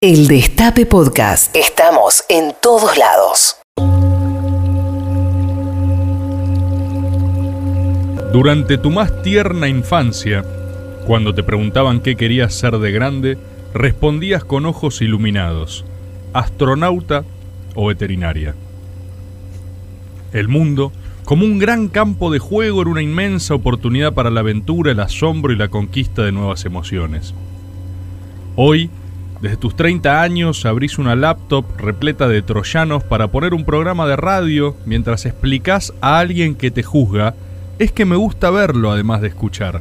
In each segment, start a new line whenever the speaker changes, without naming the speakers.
El Destape Podcast. Estamos en todos lados.
Durante tu más tierna infancia, cuando te preguntaban qué querías ser de grande, respondías con ojos iluminados, astronauta o veterinaria. El mundo, como un gran campo de juego, era una inmensa oportunidad para la aventura, el asombro y la conquista de nuevas emociones. Hoy, desde tus 30 años abrís una laptop repleta de troyanos para poner un programa de radio mientras explicás a alguien que te juzga, es que me gusta verlo además de escuchar.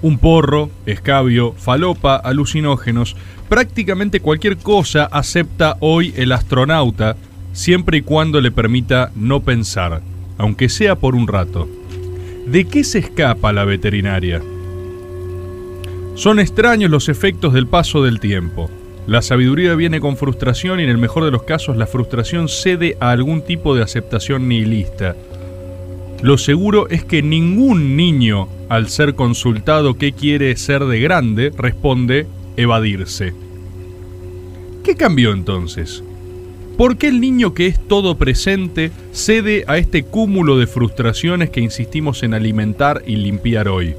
Un porro, escabio, falopa, alucinógenos, prácticamente cualquier cosa acepta hoy el astronauta, siempre y cuando le permita no pensar, aunque sea por un rato. ¿De qué se escapa la veterinaria? Son extraños los efectos del paso del tiempo. La sabiduría viene con frustración y en el mejor de los casos la frustración cede a algún tipo de aceptación nihilista. Lo seguro es que ningún niño, al ser consultado qué quiere ser de grande, responde evadirse. ¿Qué cambió entonces? ¿Por qué el niño que es todo presente cede a este cúmulo de frustraciones que insistimos en alimentar y limpiar hoy?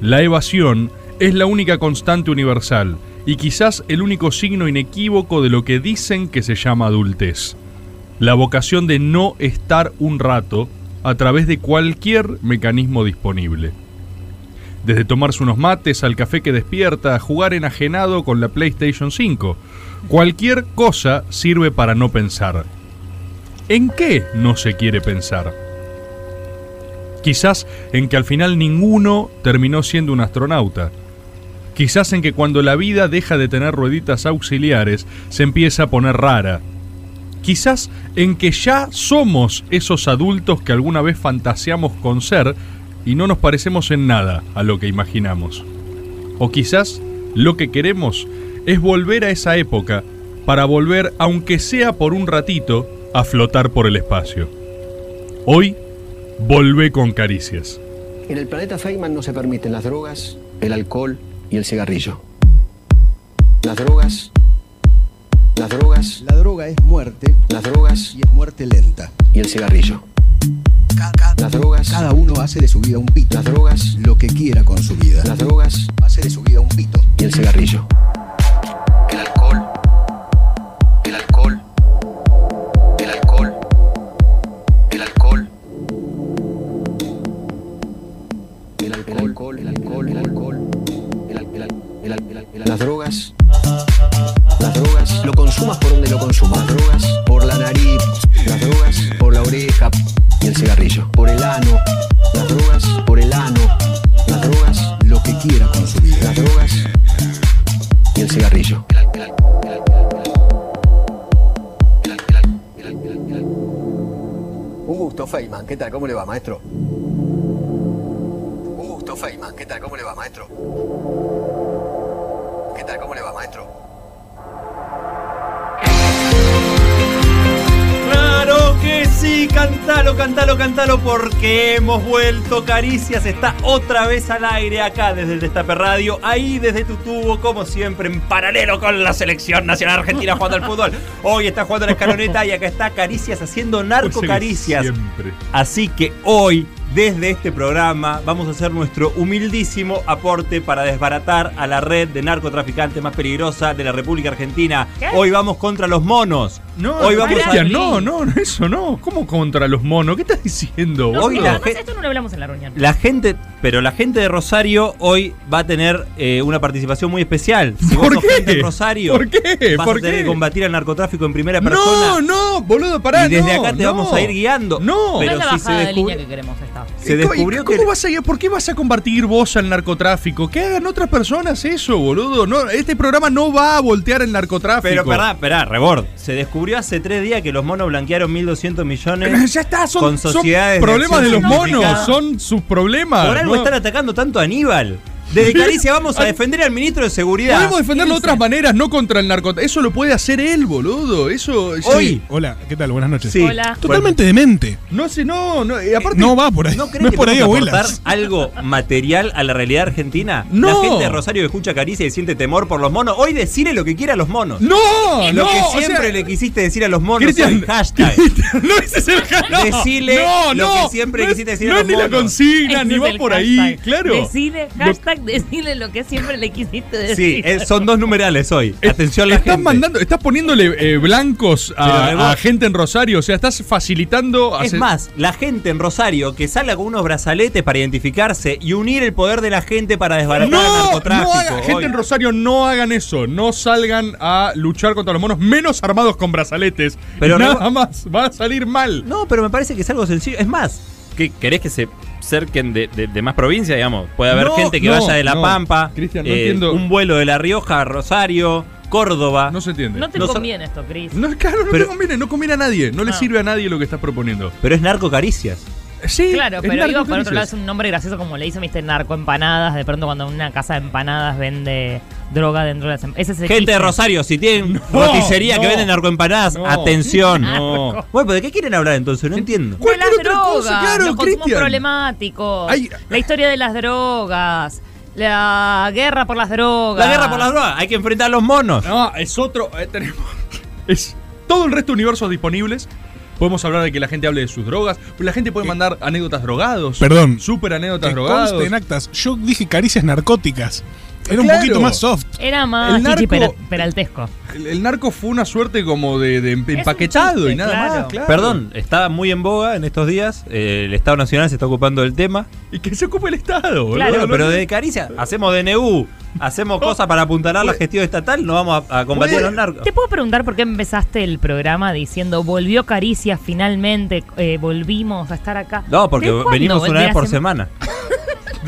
La evasión es la única constante universal y quizás el único signo inequívoco de lo que dicen que se llama adultez. La vocación de no estar un rato a través de cualquier mecanismo disponible. Desde tomarse unos mates al café que despierta a jugar enajenado con la PlayStation 5. Cualquier cosa sirve para no pensar. ¿En qué no se quiere pensar? Quizás en que al final ninguno terminó siendo un astronauta. Quizás en que cuando la vida deja de tener rueditas auxiliares se empieza a poner rara. Quizás en que ya somos esos adultos que alguna vez fantaseamos con ser y no nos parecemos en nada a lo que imaginamos. O quizás lo que queremos es volver a esa época para volver, aunque sea por un ratito, a flotar por el espacio. Hoy, volvé con caricias.
En el planeta Feynman no se permiten las drogas, el alcohol y el cigarrillo. Las drogas, las drogas,
La droga es muerte
las drogas
y es muerte lenta.
y el cigarrillo. Las drogas,
Cada uno hace de su vida un pito.
las drogas,
Lo que quiera con su vida.
las drogas
Hace de su vida un pito.
y el cigarrillo. El alcohol, el alcohol, el alcohol, el alcohol. El al- el alcohol, el alcohol, el alcohol, el al- el al- el al- el al- el al- las drogas, las drogas, lo consumas por donde lo consumas, las drogas, por la nariz, las drogas, por la oreja y el cigarrillo, por el ano, las drogas, por el ano, las drogas,
Lo que quiera con su vida.
las drogas y el cigarrillo. Un gusto, Feynman. ¿Qué tal? ¿Cómo le va, maestro? Un gusto, Feynman. ¿Qué tal? ¿Cómo le va, maestro? ¿Qué tal? ¿Cómo le va, maestro?
Claro que sí, cantalo, cantalo, cantalo, porque hemos vuelto. Caricias está otra vez al aire acá desde el Destape Radio, ahí desde tu tubo, como siempre, en paralelo con la selección nacional argentina jugando al fútbol. Hoy está jugando la escaloneta y acá está Caricias haciendo narco
Puse que
caricias.
Siempre.
Así que hoy, desde este programa, vamos a hacer nuestro humildísimo aporte para desbaratar a la red de narcotraficantes más peligrosa de la República Argentina. Hoy vamos contra los monos.
No,
Hoy vamos a-
Cristian, no, no, no, eso no. ¿Cómo contra los monos? ¿Qué estás diciendo?
No,
boludo?
Hoy
Hoy
la gen-
esto no lo hablamos en la reunión.
La gente, pero la gente de Rosario hoy va a tener eh, una participación muy especial. Si vos
¿Por
sos
qué?
gente de Rosario,
¿Por qué?
vas
¿Por
a tener
qué?
que combatir al narcotráfico en primera
No,
persona.
no, boludo, pará.
y desde
no,
acá te
no.
vamos a ir guiando.
No.
No
pero
es la
si se
bajada de
descubre-
línea que queremos esta.
¿Y
Se
co- y
descubrió
¿Cómo
que
vas a, ¿Por qué vas a compartir vos al narcotráfico? Que hagan otras personas eso, boludo. No, este programa no va a voltear el narcotráfico.
Pero pará, pará, rebord. Se descubrió hace tres días que los monos blanquearon 1.200 millones.
Ya está, son,
Con
son
sociedades de
problemas de,
acción
los monos,
simplificada.
son sus problemas.
Por algo
¿no?
están atacando tanto a Aníbal. Desde Caricia vamos a defender al ministro de Seguridad.
Podemos defenderlo de otras maneras, no contra el narcotráfico. Eso lo puede hacer él, boludo. Eso. sí.
Hoy.
Hola, ¿qué tal? Buenas noches.
Sí.
Hola.
Totalmente demente.
No, sí, no, no. eh, aparte.
No va por ahí. No,
¿No crees
es
que
por ahí,
podemos aportar
abuelas.
algo material a la realidad argentina? La
No.
gente de Rosario que escucha Caricia y siente temor por los monos. Hoy decile lo que quiera a los monos.
No,
lo
no, o
que
sea,
siempre le quisiste decir a los monos
Cristian,
hoy, hashtag.
no ese es el ja- no,
Decile
no,
lo
no,
que siempre
no es-
quisiste decir a Este
No es ni
los
la
monos.
consigna,
Ese
ni
es
va
el
por
hashtag.
ahí, claro.
Decide, hashtag, decile lo que siempre le quisiste decir.
Sí, eh, son dos numerales hoy.
Eh,
Atención a la
estás
gente.
mandando, estás poniéndole eh, blancos
Pero además-
a, a gente en Rosario, o sea, estás facilitando.
Es
hacer-
más, la gente en Rosario que salga con unos brazaletes para identificarse y unir el poder de la gente para desbaratar el
no,
narcotráfico.
no hagan, gente
hoy.
en Rosario, no hagan eso, no salgan a luchar contra los monos, menos armados con brazaletes.
Pero
nada
Rebo-
más, va a salir mal.
No, pero me parece que es algo sencillo. Es más,
¿Qué, ¿Querés que se cerquen de, de- de más provincias, digamos? Puede haber
No,
gente que
no,
vaya de La
no.
Pampa,
Cristian, no
eh,
entiendo.
un vuelo de La Rioja a Rosario, Córdoba.
No se entiende.
No te
No,
conviene esto, Cris.
No, claro, no
Pero-
te conviene, no conviene a nadie, no le
Ah.
sirve a nadie lo que estás proponiendo. Eh,
pero es narco caricias.
Sí,
Claro,
es
pero digo, por otro lado,
narcocaricias.
es un nombre gracioso como le hizo Mr. Narco Empanadas. De pronto, cuando una casa de empanadas vende droga dentro de las empanadas. Ese es el
Gente
chiste.
de Rosario, si tienen
No,
roticería que
no.
venden narcoempanadas,
No.
atención.
No.
Bueno, pero ¿de qué quieren hablar entonces? No entiendo.
De las
Cualquier otra
drogas,
cosa, claro,
los consumos
Cristian.
problemáticos,
Ay.
la historia de las drogas, la guerra por las drogas.
La guerra por las drogas, hay que enfrentar a los monos.
No, es otro. eh, tenemos. Es todo el resto de universos disponibles. Podemos hablar de que la gente hable de sus drogas. Pero la
Eh,
gente puede mandar anécdotas drogados.
Perdón.
Super anécdotas
Que
drogados.
conste en actas. Yo dije caricias narcóticas. Era un
Claro.
poquito más soft.
Era más
El
chichi
narco-
pera- peraltesco.
El, el narco fue una suerte como de, de emp-
un
empaquetado
chiste,
y nada
claro.
más. Claro.
Perdón, estaba muy en boga en estos días. eh, el Estado Nacional se está ocupando del tema.
Y que se ocupe el Estado, boludo.
Claro,
Bueno, pero de caricia, hacemos DNU, hacemos cosas para apuntalar la gestión estatal, no vamos a, a combatir a los narcos.
Te puedo preguntar por qué empezaste el programa diciendo volvió Caricia finalmente, eh, volvimos a estar acá.
No, porque
¿De cuándo?
venimos una
¿De
vez por
hace-
semana.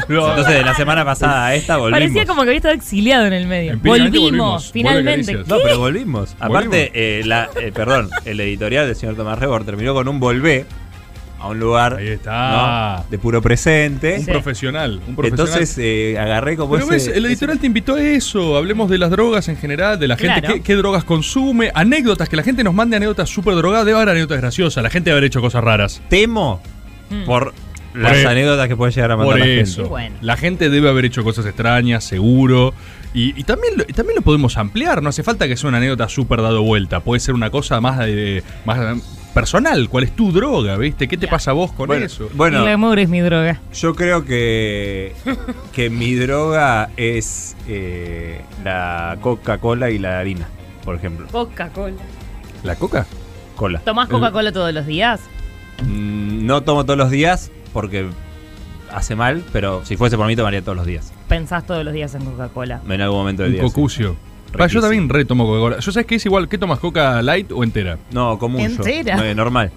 No,
Entonces, de la semana pasada a esta volvimos.
Parecía como que había estado exiliado en el medio.
Empíricamente
Volvimos,
volvimos.
finalmente.
Vuelve
No,
¿Qué?
pero volvimos. Aparte,
Volvimos.
eh, la, eh, perdón, el editorial del señor Tomás Rebor terminó con un volvé a un lugar
Ahí está.
¿no? de puro presente.
Un
Sí.
profesional. Un profesional.
Entonces eh, agarré como
Pero ves,
ese-
el editorial te invitó a eso, hablemos de las drogas en general, de la gente,
Claro.
qué, qué drogas consume, anécdotas, que la gente nos mande anécdotas súper drogadas, debe haber anécdotas graciosas, la gente debe haber hecho cosas raras.
ese- temo
Mm.
por las
e-
anécdotas que puede llegar a mandar
Por
la gente.
eso,
Bueno.
la gente debe haber hecho cosas extrañas, seguro. Y, y también, lo, y también lo podemos ampliar, no hace falta que sea una anécdota súper dado vuelta, puede ser una cosa más, de- más personal, cuál es tu droga, ¿viste? ¿Qué te
Ya.
pasa a vos con
Bueno,
eso?
bueno,
El glamour es mi droga.
yo creo que, que mi droga es eh, la Coca-Cola y la harina, por ejemplo.
Coca-Cola.
¿La Coca? Cola.
¿Tomás Coca-Cola todos los días?
Mm, No tomo todos los días porque hace mal, pero si fuese por mí tomaría todos los días.
Pensás todos los días en Coca-cola.
En algún momento del
Un
día. sí.
cocucio. Pa, yo
Riquísimo.
también retomo Coca-Cola. ¿Yo sabes qué es igual? ¿Qué tomas Coca light o entera?
No, común. yo.
¿Entera?
No, eh, normal.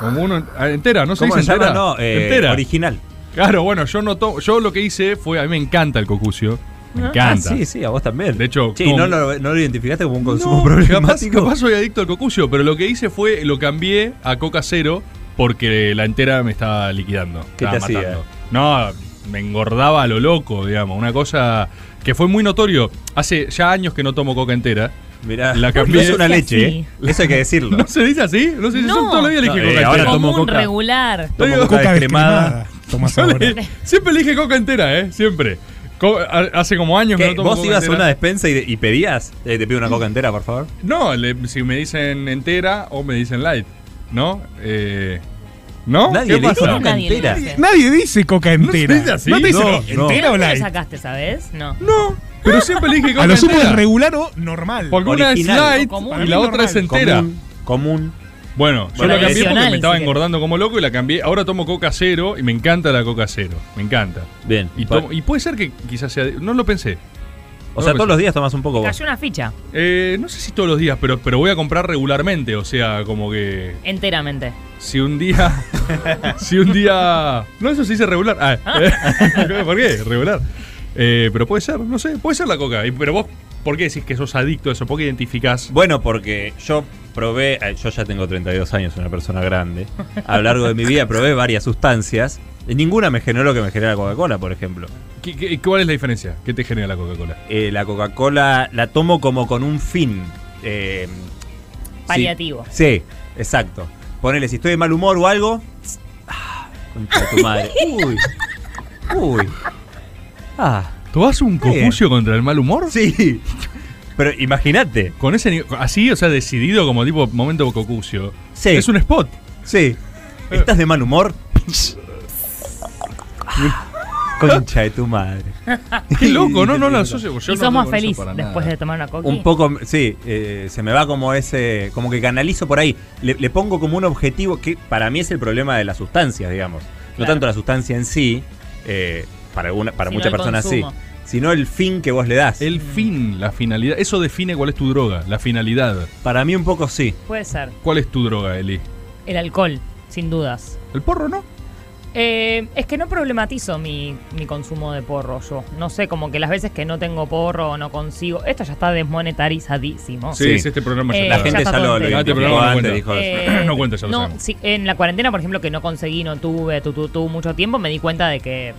Como uno ah, entera, no se
¿Cómo
dice
se llama?
entera.
No, eh,
entera.
original.
Claro, bueno, yo no to- yo lo que hice fue a mí me encanta el cocucio. Me
Ah,
encanta.
Ah, sí, sí, a vos también.
De hecho,
Sí,
como-
no, lo, no lo identificaste como un
No,
consumo
capaz,
problemático.
capaz soy adicto al cocucio, pero lo que hice fue lo cambié a Coca Cero porque la entera me estaba liquidando.
¿Qué
estaba
te hacía?
No, me engordaba a lo loco, digamos. Una cosa que fue muy notorio. Hace ya años que no tomo Coca entera.
Mirá,
La
no
cambié.
es una
Sí,
leche,
sí.
¿eh? Eso hay que decirlo.
¿No se dice así? No se dice
No.
así. Toda la vida le dije
No, eh,
Coca
ahora
entera.
tomo
Común,
Coca.
regular.
Tomo
Digo,
coca
Coca
descremada.
descremada. Tomás
Yo
ahora.
le- siempre le dije coca entera, ¿eh? Siempre. Co- a- hace como años
¿Qué?
que no tomo
¿Vos
coca
ibas a
entera.
una despensa y, y pedías? Eh, te pido una coca entera, por favor.
No, le- si me dicen entera o me dicen light, ¿no? Eh, ¿No?
Nadie
¿Qué
le dijo
pasa?
coca
Nadie le
entera.
dice.
Nadie dice coca
¿No se
entera.
dice así?
te dicen
No,
coca
no.
entera
¿Dónde
o
lo
light.
sacaste, sabes? No.
No, pero siempre le dije coca
A lo sumo es
entera.
regular o normal.
Porque una es
original,
light
o común.
y la
Para mí
otra es
normal.
entera.
Común. común.
Bueno, yo
Bueno,
la cambié porque
tradicional,
me estaba
si querés.
engordando como loco y la cambié. Ahora tomo coca cero y me encanta la coca cero. Me encanta.
Bien.
Y, tomo- y puede ser que quizás sea. de- No lo pensé.
o sea, todos los días tomás un poco vos.
Cayó una ficha
Eh, no sé si todos los días, pero, pero voy a comprar regularmente. O sea, como que
enteramente.
si un día. si un día. No, eso se dice regular.
Ah.
Ah, ¿Por qué? Regular. Eh, pero puede ser, no sé, puede ser la coca. Y- Pero vos ¿Por qué decís que sos adicto a eso? ¿Por qué identificás?
Bueno, porque yo probé, eh, yo ya tengo 32 años, una persona grande. A lo largo de mi vida probé varias sustancias. Y ninguna me generó lo que me genera la Coca-Cola, por ejemplo.
¿Qué- qué- ¿Cuál es la diferencia? ¿Qué te genera la Coca-Cola?
Eh, la Coca-Cola la tomo como con un fin. eh, sí.
Paliativo.
Sí, exacto. Ponele, si estoy de mal humor o algo. tss, ah, concha de tu madre. Uy. Uy. Ah.
¿Tomás un
bien.
cojucio contra el mal humor?
Sí. Pero imagínate.
Con ese ni- así, o sea, decidido como tipo momento cocucio.
Sí.
Es un spot.
Sí. ¿Estás de mal humor? Concha de tu madre.
Qué loco, no, no lo asocio. Pues yo
y
no
sos más
tengo eso
feliz
para nada.
después de tomar una coca.
Un poco, sí, eh, se me va como ese, como que canalizo por ahí. Le, le pongo como un objetivo que para mí es el problema de las sustancias, digamos. No
Claro.
tanto la sustancia en sí, eh, para, alguna- para
Sino
muchas
el
personas sí,
consumo.
sino el fin que vos le das.
El fin, la finalidad. Eso define cuál es tu droga, la finalidad.
Para mí un poco sí.
Puede ser.
¿Cuál es tu droga, Eli?
El alcohol, sin dudas.
¿El porro no?
Eh, es que no problematizo mi, mi consumo de porro yo. No sé, como que las veces que no tengo porro o no consigo. Esto ya está desmonetarizadísimo.
Sí.
es este programa
Eh,
ya está.
La
ya
gente
está
ya
todo
lo, lo
entendido.
Ah, este programa no
identificó antes, dijo
cuenta.
eso.
Eh,
No cuenta, ya lo
no,
sabemos.
sí, en la cuarentena, por ejemplo, que no conseguí, no tuve, tu, tu, tu, mucho tiempo, me di cuenta de que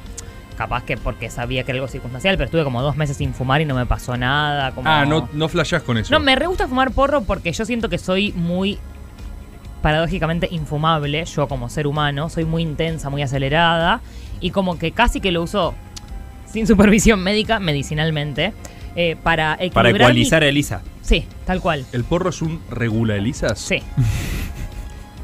capaz que porque sabía que era algo circunstancial, pero estuve como dos meses sin fumar y no me pasó nada. Como...
Ah, no, no flashás con eso.
No, me re gusta fumar porro porque yo siento que soy muy paradójicamente infumable, yo como ser humano, soy muy intensa, muy acelerada y como que casi que lo uso sin supervisión médica, medicinalmente, eh, para equilibrar
Para
mi-
ecualizar a Elisa.
Sí, tal cual.
¿El porro es un regula Elisas?
Sí.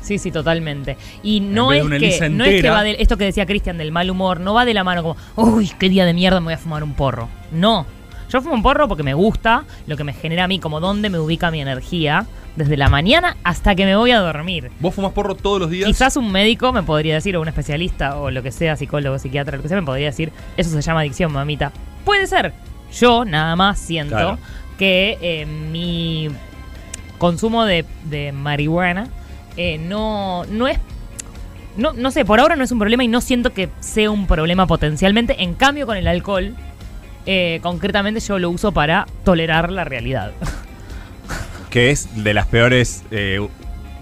Sí, sí, totalmente. Y no
vez de
es,
una
que,
Elisa
no es que
entera.
va del, esto que decía Cristian del mal humor, no va de la mano como, uy, qué día de mierda me voy a fumar un porro. No. Yo fumo un porro porque me gusta, lo que me genera a mí, como dónde me ubica mi energía, desde la mañana hasta que me voy a dormir.
¿Vos fumás porro todos los días?
Quizás un médico me podría decir, o un especialista, o lo que sea, psicólogo, psiquiatra, lo que sea, me podría decir, eso se llama adicción, mamita. Puede ser. Yo nada más siento
Claro.
que eh, mi consumo de, de marihuana eh, no, no es... No, no sé, por ahora no es un problema y no siento que sea un problema potencialmente. En cambio, con el alcohol, eh, concretamente yo lo uso para tolerar la realidad.
Que es de las peores eh,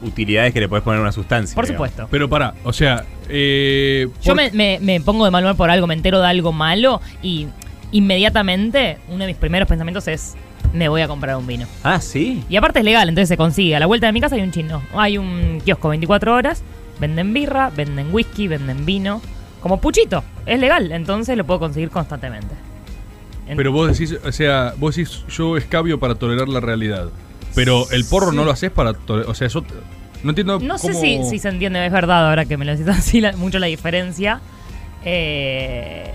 utilidades que le podés poner a una sustancia.
Por
digamos.
supuesto.
Pero pará, o sea, eh,
Yo
por-
me, me- me pongo de mal humor por algo, me entero de algo malo y inmediatamente uno de mis primeros pensamientos es me voy a comprar un vino.
Ah, sí.
Y aparte es legal, entonces se consigue. A la vuelta de mi casa hay un chino, hay un kiosco 24 horas, venden birra, venden whisky, venden vino, como puchito, es legal, entonces lo puedo conseguir constantemente. En-
pero vos decís, o sea, vos decís yo escabio para tolerar la realidad. Pero el porro no lo haces para tolerar, o sea, eso no entiendo
no sé
cómo-
si, si se entiende, es verdad ahora que me lo decís así la- mucho la diferencia, Eh,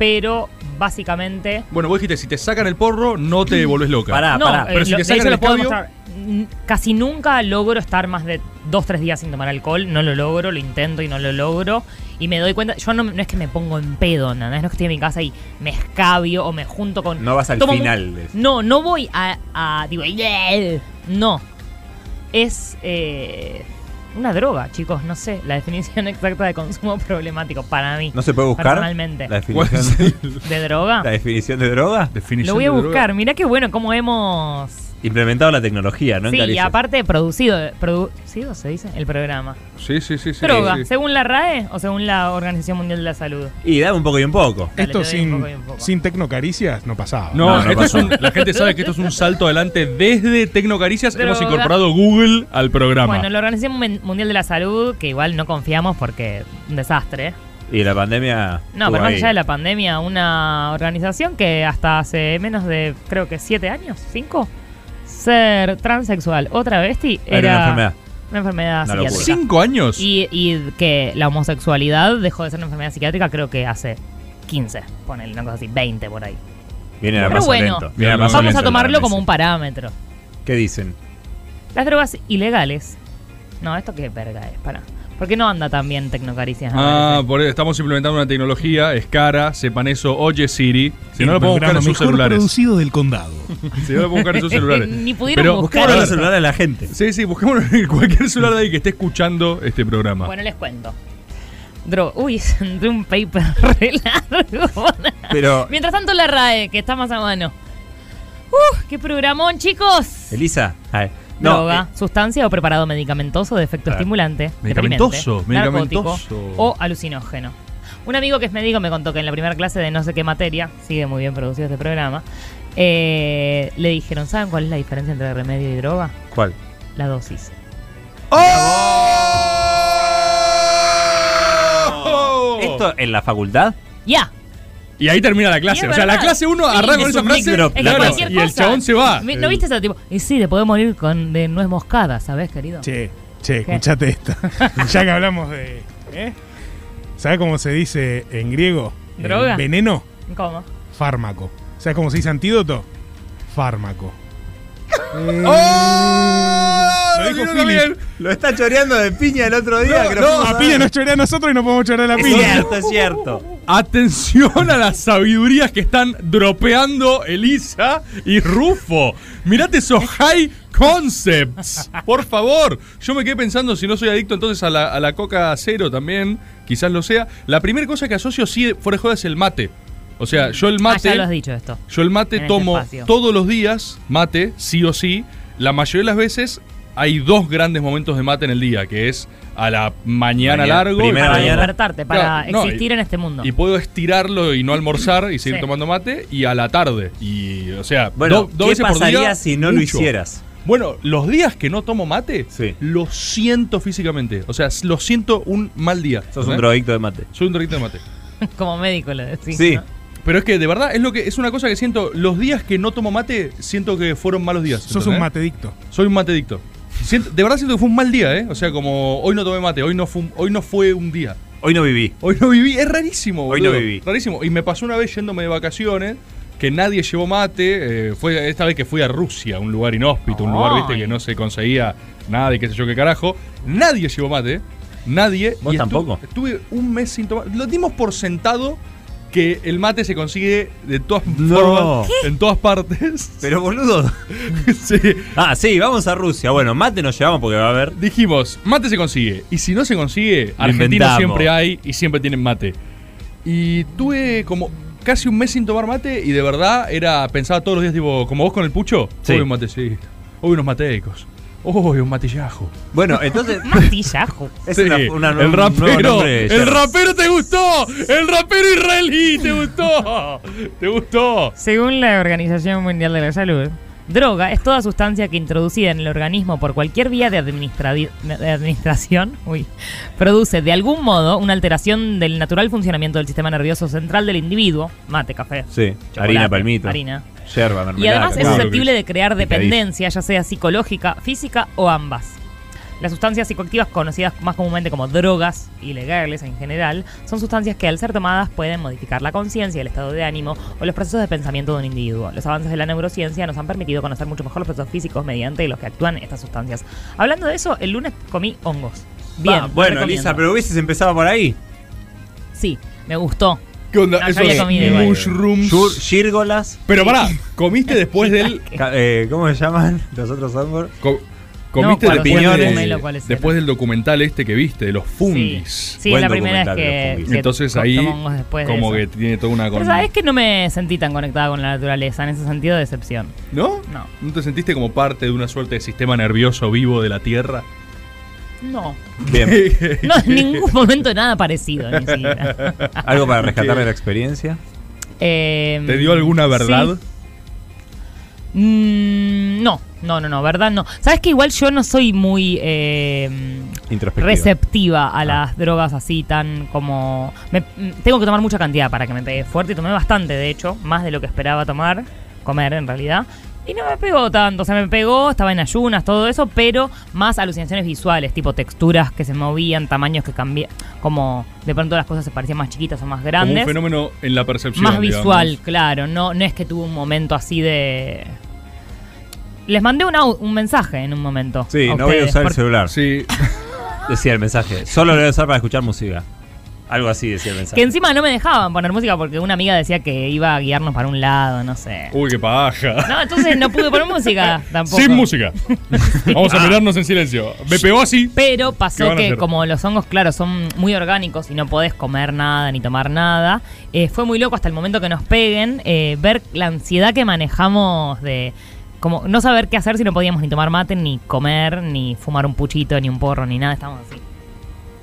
pero básicamente...
Bueno, vos dijiste si te sacan el porro no te volvés loca.
Pará,
No,
pará.
eh,
Ah, Pero si
lo-
te
de
sacan
hecho
el
lo puedo
escabio-
mostrar. N- Casi nunca logro estar más de dos, tres días sin tomar alcohol. No lo logro, lo intento y no lo logro. Y me doy cuenta, yo no, no es que me pongo en pedo, nada. No es que estoy en mi casa y me escabio o me junto con.
No vas al
tomo mu-
final de-
No, no voy a. a- digo, "Yeah". no. Es. eh, una droga, chicos. No sé la definición exacta de consumo problemático para mí.
¿No se puede buscar?
Personalmente.
La
¿Cuál es
definición,
el-
¿De droga?
la definición de droga.
definición
Lo voy a
de droga?
buscar. Mirá qué bueno cómo hemos.
Implementado la tecnología, ¿no? En
Sí, y
Caricias.
aparte producido, producido se dice el programa.
Sí, sí, sí, sí.
Droga,
sí.
según la RAE o según la Organización Mundial de la Salud.
Y dame un poco y un poco.
Dale,
Esto
te doy un
sin,
poco y un poco.
sin tecnocaricias no pasaba.
No,
No, no
esto es
pasó.
un- la gente sabe que esto es un salto adelante desde Tecnocaricias. Hemos
Droga.
incorporado Google al programa.
Bueno, la Organización Mun- Mundial de la Salud, que igual no confiamos porque un desastre. ¿eh?
Y la pandemia.
No,
estuvo
pero más
ahí.
allá de la pandemia, una organización que hasta hace menos de, creo que siete años, cinco, ser transexual o travesti
Era
era,
una enfermedad.
una enfermedad
Una
psiquiátrica.
locura.
¿Cinco años?
Y, y que la homosexualidad dejó de ser una enfermedad psiquiátrica creo que hace 15, ponele una cosa así, 20 por ahí.
Viene la
Pero
más
bueno,
lento. Viene la más
Vamos
lento
a
el
tomarlo
análisis.
como un parámetro.
¿Qué dicen?
Las drogas ilegales. No, esto qué verga es, para. ¿Por qué no anda tan bien Tecnocaricias?
Ah, por eso estamos implementando una tecnología, es cara, sepan eso, oye Siri. Si no
El
lo pueden buscar
programa
en sus
mejor
celulares.
producido del condado.
Si no lo pueden buscar en sus celulares.
Ni pudieron buscar
Claro,
Claro.
el celular a la gente.
Sí, sí, busquémoslo en cualquier celular de ahí que esté escuchando este programa.
Bueno, les cuento. Dro Uy, senté un paper re largo.
Pero
Mientras tanto la RAE, que está más a mano. ¡Uf! ¡Qué programón, chicos!
Elisa. ay,
Droga,
eh,
sustancia o preparado medicamentoso de efecto
Claro.
estimulante,
Medicamentoso,
deprimente, narcótico
medicamentoso.
o alucinógeno. Un amigo que es médico me contó que en la primera clase de no sé qué materia, sigue muy bien producido este programa, eh, le dijeron, ¿saben cuál es la diferencia entre remedio y droga?
eh, ¿Cuál?
La dosis.
¿Esto en la facultad?
¡Ya!
Oh. Y ahí termina la
Y
clase.
es
O sea, la
verdad.
clase 1
Sí,
arranca
es
con esa
un
frase
mic drop,
Es que
Claro,
cualquier
y el
cosa.
chabón se va.
¿Me- ¿No viste ese tipo? Y sí, te podemos morir con de nuez moscada, ¿sabés, querido?
Che, che, escuchate esta. ya que hablamos de. ¿eh? ¿Sabes cómo se dice en griego?
¿Droga?
Veneno,
¿Cómo?
fármaco. ¿Sabes cómo se dice antídoto? Fármaco.
Ah,
Lo dijo Philip.
Lo está choreando de piña el otro día. que lo fuimos a
La piña nos chorea a nosotros y no podemos chorear a la
ver. Es
piña.
cierto, es cierto.
Atención a las sabidurías que están dropeando Elisa y Rufo. Mirate esos high concepts. Por favor. Yo me quedé pensando si no soy adicto entonces a la, a la coca cero también. Quizás lo sea. La primera cosa que asocio sí, fuera de joda, es el mate. O sea, yo el
Ah,
mate.
ya lo has dicho esto.
Yo el mate
En este
tomo
espacio.
todos los días, mate, sí o sí. La mayoría de las veces hay dos grandes momentos de mate en el día, que es a la mañana,
Mañana,
largo.
primera
y-
Para
mañana.
despertarte, para
Claro, no,
existir
y-
en este mundo.
Y puedo estirarlo y no almorzar y seguir
Sí.
tomando mate y a la tarde. Y, o sea,
Bueno,
do- dos
¿qué
veces por
pasaría
día,
si no lo
mucho.
hicieras?
Bueno, los días que no tomo mate,
Sí.
lo siento físicamente. O sea, lo siento un mal día.
Sos un
¿entendés?
drogadicto de mate.
Soy un droguito de mate.
Como médico lo decís.
Sí.
¿no?
Pero es que de verdad es lo que es una cosa que siento. Los días que no tomo mate, siento que fueron malos días.
Sos
¿Eh?
¿entendés?
un matedicto.
Soy un matedicto. Siento- de verdad siento que fue un mal día, ¿eh? O sea, como hoy no tomé mate, hoy no fue un, hoy no fue un día.
Hoy no viví.
Hoy no viví, es rarísimo,
Hoy
boludo.
no viví.
Rarísimo. Y me pasó una vez yéndome de vacaciones que nadie llevó mate. eh, fue esta vez que fui a Rusia, un lugar inhóspito, un lugar, viste,
Ay.
que no se conseguía nada y qué sé yo qué carajo. Nadie llevó mate. Nadie.
¿Vos
Y estu-
tampoco?
Estuve un mes sin tomar. Lo dimos por sentado que el mate se consigue de todas
No.
formas, en todas partes.
Pero boludo.
Sí.
Ah, sí, vamos a Rusia. Bueno, mate nos llevamos porque va a haber.
dijimos, mate se consigue. Y si no se consigue, argentinos
inventamos.
siempre hay y siempre tienen mate. Y tuve como casi un mes sin tomar mate y de verdad era, pensaba todos los días, tipo, como vos con el pucho,
Sí.
hoy un matecito, hoy unos mateicos, hoy un matillajo.
Bueno, entonces.
Martillajo.
Es
Sí,
una, una-
el
un nuevo
rapero,
nombre, ya.
el rapero te gustó, el rapero israelí te gustó, te gustó.
Según la Organización Mundial de la Salud, droga es toda sustancia que introducida en el organismo por cualquier vía de, administra- de administración uy, produce de algún modo una alteración del natural funcionamiento del sistema nervioso central del individuo, mate, café,
Sí,
chocolate,
harina, palmito.
harina.
Yerba,
Y
mermelada.
además es
cacao.
claro.
susceptible de crear
Picadillo.
dependencia, ya sea psicológica, física o ambas. Las sustancias psicoactivas conocidas más comúnmente como drogas ilegales en general son sustancias que al ser tomadas pueden modificar la conciencia, el estado de ánimo o los procesos de pensamiento de un individuo. Los avances de la neurociencia nos han permitido conocer mucho mejor los procesos físicos mediante los que actúan estas sustancias. Hablando de eso, el lunes comí hongos. Bien.
Va,
lo
bueno,
recomiendo.
Elisa, pero hubieses empezado por ahí.
Sí, me gustó.
¿Qué onda?
No, yo
Esos
había comido igual.
Eh, mushrooms.
Shur, Shírgolas.
Pero pará, comiste después del...
ca- eh, ¿Cómo se llaman los otros hongos?
Co- comiste
No, cuando
después,
se
de-
comelo, ¿cuáles eran?
después del documental este que viste, de los fungis.
Sí, sí,
Buen
la primera vez
documental de los
que,
fungis.
que
Entonces
co-
ahí
tomo hongos después de
como
eso.
que tiene toda una...
Pero
con-
sabes que no me sentí tan conectada con la naturaleza, en ese sentido de decepción.
¿No?
No.
¿No te sentiste como parte de una suerte de sistema nervioso vivo de la Tierra?
No.
Bien,
No, en ningún momento nada parecido, ni siquiera.
algo para rescatar de la experiencia.
Eh,
¿Te dio alguna verdad?
sí. Mm, no, no, no, no, verdad no. Sabes que igual yo no soy muy eh,
Introspectiva.
receptiva a las drogas así tan como... me- mm, tengo que tomar mucha cantidad para que me pegue fuerte y tomé bastante, de hecho, más de lo que esperaba tomar, comer en realidad. Y no me pegó tanto, o sea, me pegó, estaba en ayunas, todo eso, pero más alucinaciones visuales, tipo texturas que se movían, tamaños que cambiaban, como de pronto las cosas se parecían más chiquitas o más
Como un
grandes.
fenómeno en la percepción.
Más
digamos.
visual, claro. No, no es que tuvo un momento así de. Les mandé un, au- un mensaje en un momento.
Sí,
a
no voy a
ustedes,
usar el
porque-
celular.
Sí.
Decía el mensaje. Solo lo voy a usar para escuchar música. Algo así decía el mensaje.
Que encima no me dejaban poner música porque una amiga decía que iba a guiarnos para un lado, no sé.
Uy, qué paja.
No, entonces no pude poner música tampoco. Ah.
Sin música. Vamos a mirarnos en silencio. Me pegó así.
Pero
¿Qué
pasó
van a
que
hacer?
como los hongos, claro, son muy orgánicos y no podés comer nada ni tomar nada, eh, fue muy loco hasta el momento que nos peguen eh, ver la ansiedad que manejamos de como no saber qué hacer si no podíamos ni tomar mate, ni comer, ni fumar un puchito, ni un porro, ni nada. Estábamos así.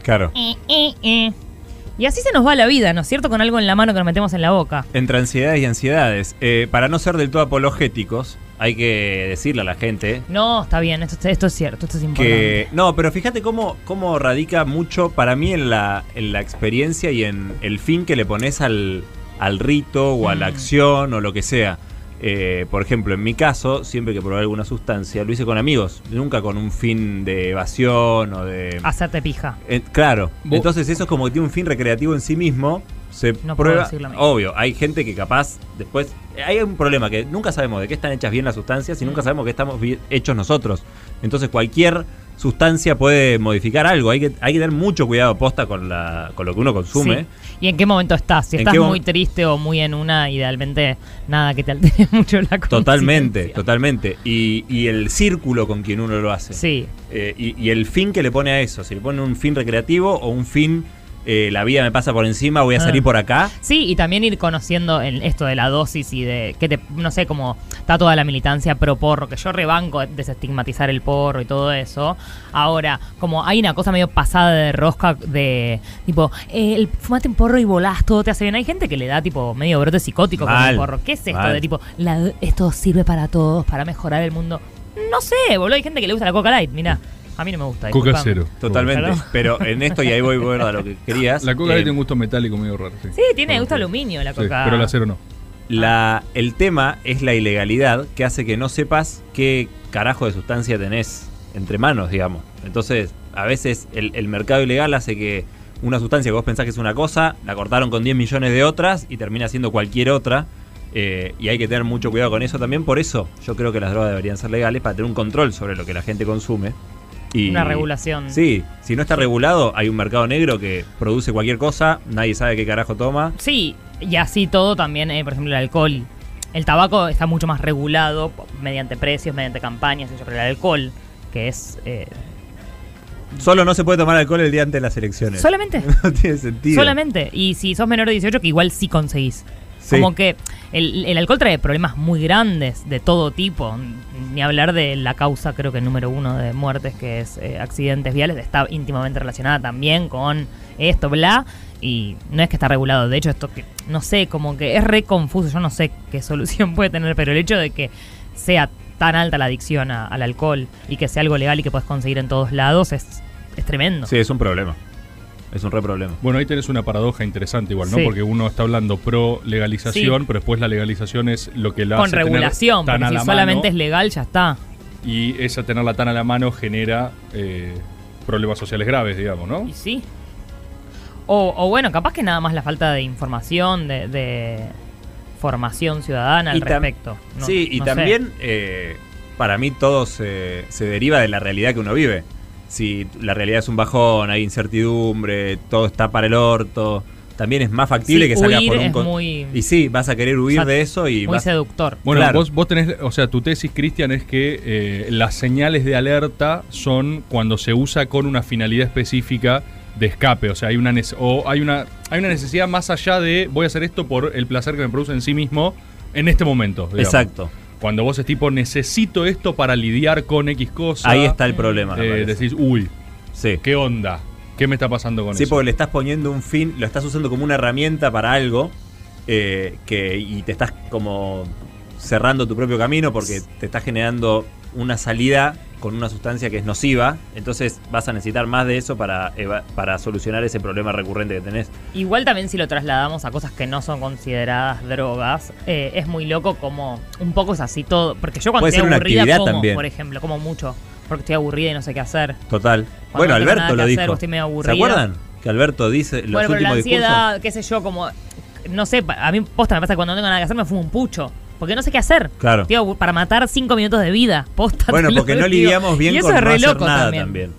Claro.
Eh, eh, eh. Y así se nos va la vida, ¿no es cierto? Con algo en la mano que nos metemos en la boca.
Entre ansiedades y ansiedades. Eh, para no ser del todo apologéticos, hay que decirle a la gente
No, está bien, esto, esto es cierto, esto es importante.
que. No, pero fíjate cómo, cómo radica mucho para mí en la, en la experiencia y en el fin que le pones al, al rito o a la
Mm.
acción o lo que sea. Eh, por ejemplo, en mi caso, siempre que probé alguna sustancia, lo hice con amigos, nunca con un fin de evasión o de.
Hacerte pija.
Eh, claro.
Vos-
Entonces eso es como que tiene un fin recreativo en sí mismo. Se
No puedo
prueba.
decir lo mismo.
Obvio, hay gente que capaz después. Hay un problema que nunca sabemos de qué están hechas bien las sustancias y
Mm.
nunca sabemos qué estamos bien hechos nosotros. Entonces cualquier sustancia puede modificar algo. Hay que, hay que tener mucho cuidado posta con la, con lo que uno consume.
Sí. ¿Y en qué momento estás? Si
¿En
estás
qué mo-
muy triste o muy en una, idealmente nada que te altere mucho la
Totalmente,
conciencia.
totalmente. Y, y el círculo con quien uno lo hace.
Sí,
Eh, y, y el fin que le pone a eso. Si le pone un fin recreativo o un fin. eh, la vida me pasa por encima, voy a
Ah.
salir por acá.
sí, y también ir conociendo el- esto de la dosis y de que te, no sé, como está toda la militancia pro porro, que yo rebanco desestigmatizar el porro y todo eso. Ahora, como hay una cosa medio pasada de rosca de tipo, eh, el, fumate un porro y volás, todo te hace bien. Hay gente que le da tipo medio brote psicótico con
Mal,
el porro. ¿Qué es esto?
mal.
De tipo, la- esto sirve para todos, para mejorar el mundo. No sé, boludo, hay gente que le gusta la Coca Light, mira. A mí no me gusta.
Coca
disculpame.
cero.
Totalmente.
Claro.
Pero en esto, y ahí voy bueno, a lo que querías.
La coca
eh,
le tiene un gusto metálico medio raro. Sí,
Sí, tiene gusto a aluminio la
Sí,
coca.
pero la cero no.
la- El tema es la ilegalidad que hace que no sepas qué carajo de sustancia tenés entre manos, digamos. Entonces, a veces el, el mercado ilegal hace que una sustancia que vos pensás que es una cosa, la cortaron con 10 millones de otras y termina siendo cualquier otra. eh, y hay que tener mucho cuidado con eso también. Por eso yo creo que las drogas deberían ser legales para tener un control sobre lo que la gente consume. Y
Una regulación.
Sí, si no está regulado, hay un mercado negro que produce cualquier cosa, nadie sabe qué carajo toma.
Sí, y así todo también, eh, por ejemplo, el alcohol. El tabaco está mucho más regulado po- mediante precios, mediante campañas, y eso, pero el alcohol, que es... eh,
Solo no se puede tomar alcohol el día antes de las elecciones.
solamente,
no tiene sentido.
solamente. Y si sos menor de 18, que igual sí conseguís.
Sí.
Como que el, el alcohol trae problemas muy grandes de todo tipo. Ni hablar de la causa, creo que número uno de muertes, que es eh, accidentes viales, está íntimamente relacionada también con esto, bla. Y no es que está regulado. De hecho, esto que no sé, como que es re confuso. Yo no sé qué solución puede tener, pero el hecho de que sea tan alta la adicción a- al alcohol y que sea algo legal y que puedes conseguir en todos lados es, es tremendo.
Sí, es un problema. Es un re problema.
Bueno, ahí tenés una paradoja interesante igual, ¿no?
Sí.
Porque uno está hablando pro legalización,
Sí.
pero después la legalización es lo que la
Con
hace tener
regulación,
tan
porque
a
si
la
solamente es
mano,
legal, ya está.
y esa tenerla tan a la mano genera eh, problemas sociales graves, digamos, ¿no?
Y sí. O, o bueno, capaz que nada más la falta de información, de, de formación ciudadana al
Y tam-
respecto. No-
sí, y
no sé.
también eh, para mí todo se, se deriva de la realidad que uno vive. Si la realidad es un bajón, hay incertidumbre, todo está para el orto, también es más factible
Sí,
que salgas
huir
por un...
es
con-
muy-
Y sí, vas a querer huir
O sea,
de eso y
Muy
vas
seductor.
Bueno,
Claro.
vos, vos tenés, o sea, tu tesis, Cristian, es que eh, las señales de alerta son cuando se usa con una finalidad específica de escape, o sea, hay una, nece- o hay una, hay una necesidad más allá de voy a hacer esto por el placer que me produce en sí mismo en este momento. digamos.
Exacto.
Cuando vos es tipo, necesito esto para lidiar con X cosa.
Ahí está el problema. me
eh,
parece.
decís, uy,
sí.
¿qué onda? ¿Qué me está pasando con
Sí,
eso?
porque le estás poniendo un fin, lo estás usando como una herramienta para algo eh, que, y te estás como cerrando tu propio camino porque te estás generando una salida con una sustancia que es nociva, entonces vas a necesitar más de eso para, eva- para solucionar ese problema recurrente que tenés.
Igual también si lo trasladamos a cosas que no son consideradas drogas, eh, es muy loco como un poco es así todo. Porque yo cuando
Puede ser
estoy
una
aburrida
actividad
como,
también.
por ejemplo, como mucho. Porque estoy aburrida y no sé qué hacer.
Total.
Cuando
bueno,
no tengo nada
Alberto
que
lo
hacer,
dijo.
o estoy medio
¿Se
aburrida.
acuerdan? Que Alberto dice los
bueno, pero la
últimos
ansiedad, qué sé yo, como... No sé, pa- a mí posta me pasa que cuando no tengo nada que hacer me fumo un pucho. Porque no sé qué hacer.
discursos. Claro.
Tío, para matar cinco minutos de vida, posta.
Bueno,
te lo
porque no
digo.
lidiamos bien
y eso
con
es
no
re
hacer
loco
nada
también.
también.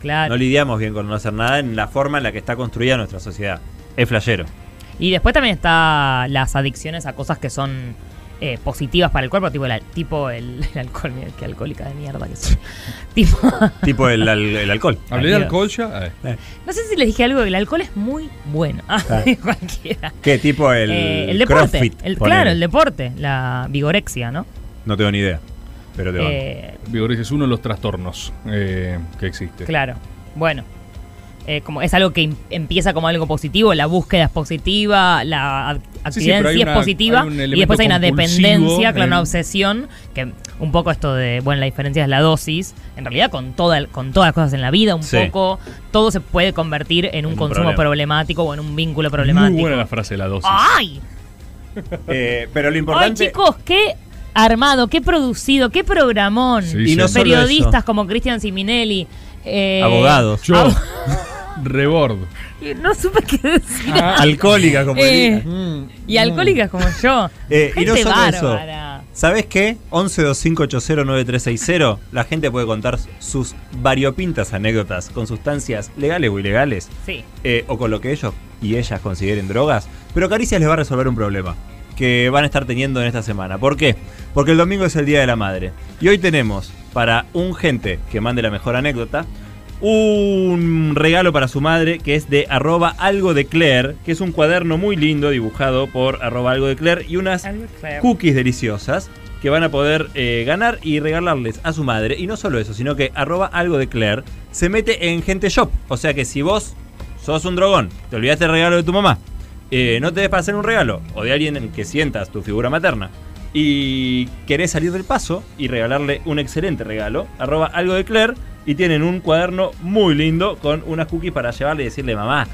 Claro.
No lidiamos bien con no hacer nada en la forma en la que está construida nuestra sociedad. Es flayero.
Y después también está las adicciones a cosas que son eh, positivas para el cuerpo, tipo el, al- tipo el, el alcohol, mira, qué alcohólica de mierda que soy. tipo,
tipo el, al- el alcohol.
¿Hablé de
Dios.
alcohol ya? Eh,
no sé si les dije algo, el alcohol es muy bueno. Ah, cualquiera.
¿Qué? Tipo el,
Eh, el deporte.
crossfit,
el,
ponele.
claro, el deporte, la vigorexia, ¿no?
No tengo ni idea. Pero te banco.
Eh,
vigorexia es uno de los trastornos eh, que existe.
Claro, bueno. eh, como es algo que im- empieza como algo positivo, la búsqueda es positiva, la ad-
Sí, sí,
actividad
pero
en
hay
sí es
una-
positiva
hay un
y
elemento
después hay una
compulsivo,
dependencia, claro, una
eh.
obsesión, que un poco esto de, bueno, la diferencia es la dosis, en realidad con, toda, el- con todas las cosas en la vida, un
Sí.
poco, todo se puede convertir en un
un
consumo
problema.
problemático o en un vínculo
Muy
problemático. Ah.
buena la frase de la dosis.
¡Ay!
Eh, pero lo
¡Ay,
importante.
chicos! ¡Qué armado, qué producido, qué programón!
Sí,
y no
sí.
solo
Periodistas
eso.
como Cristian Siminelli. eh,
Abogados.
Yo,
Ah.
rebord.
Y No supe qué decir.
Ah. Alcohólica, como
Eh,
diría.
y
Mm.
alcohólicas como yo.
Eh, y no
Gente
solo eso.
bárbara.
¿Sabes qué? 1125809360. La gente puede contar sus variopintas anécdotas con sustancias legales o ilegales
Sí.
eh, o con lo que ellos y ellas consideren drogas. Pero Caricias les va a resolver un problema que van a estar teniendo en esta semana. ¿Por qué? Porque el domingo es el Día de la Madre. Y hoy tenemos para un gente que mande la mejor anécdota. Un regalo para su madre que es de arroba algo de Claire, que es un cuaderno muy lindo dibujado por arroba algo de Claire y unas cookies deliciosas que van a poder eh, ganar y regalarles a su madre. Y no solo eso, sino que arroba algo de Claire se mete en Gente Shop. O sea que si vos sos un drogón, te olvidaste el regalo de tu mamá, eh, no te des para hacer un regalo o de alguien en que sientas tu figura materna y querés salir del paso y regalarle un excelente regalo, arroba algo de Claire y tienen un cuaderno muy lindo con unas cookies para llevarle y decirle mamá.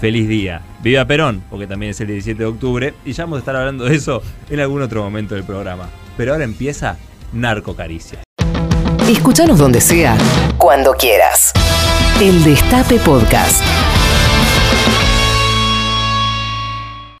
Feliz día. Viva Perón, porque también es el 17 de octubre y ya vamos a estar hablando de eso en algún otro momento del programa. Pero ahora empieza Narcocaricia.
Escúchanos donde sea, cuando quieras. El Destape Podcast.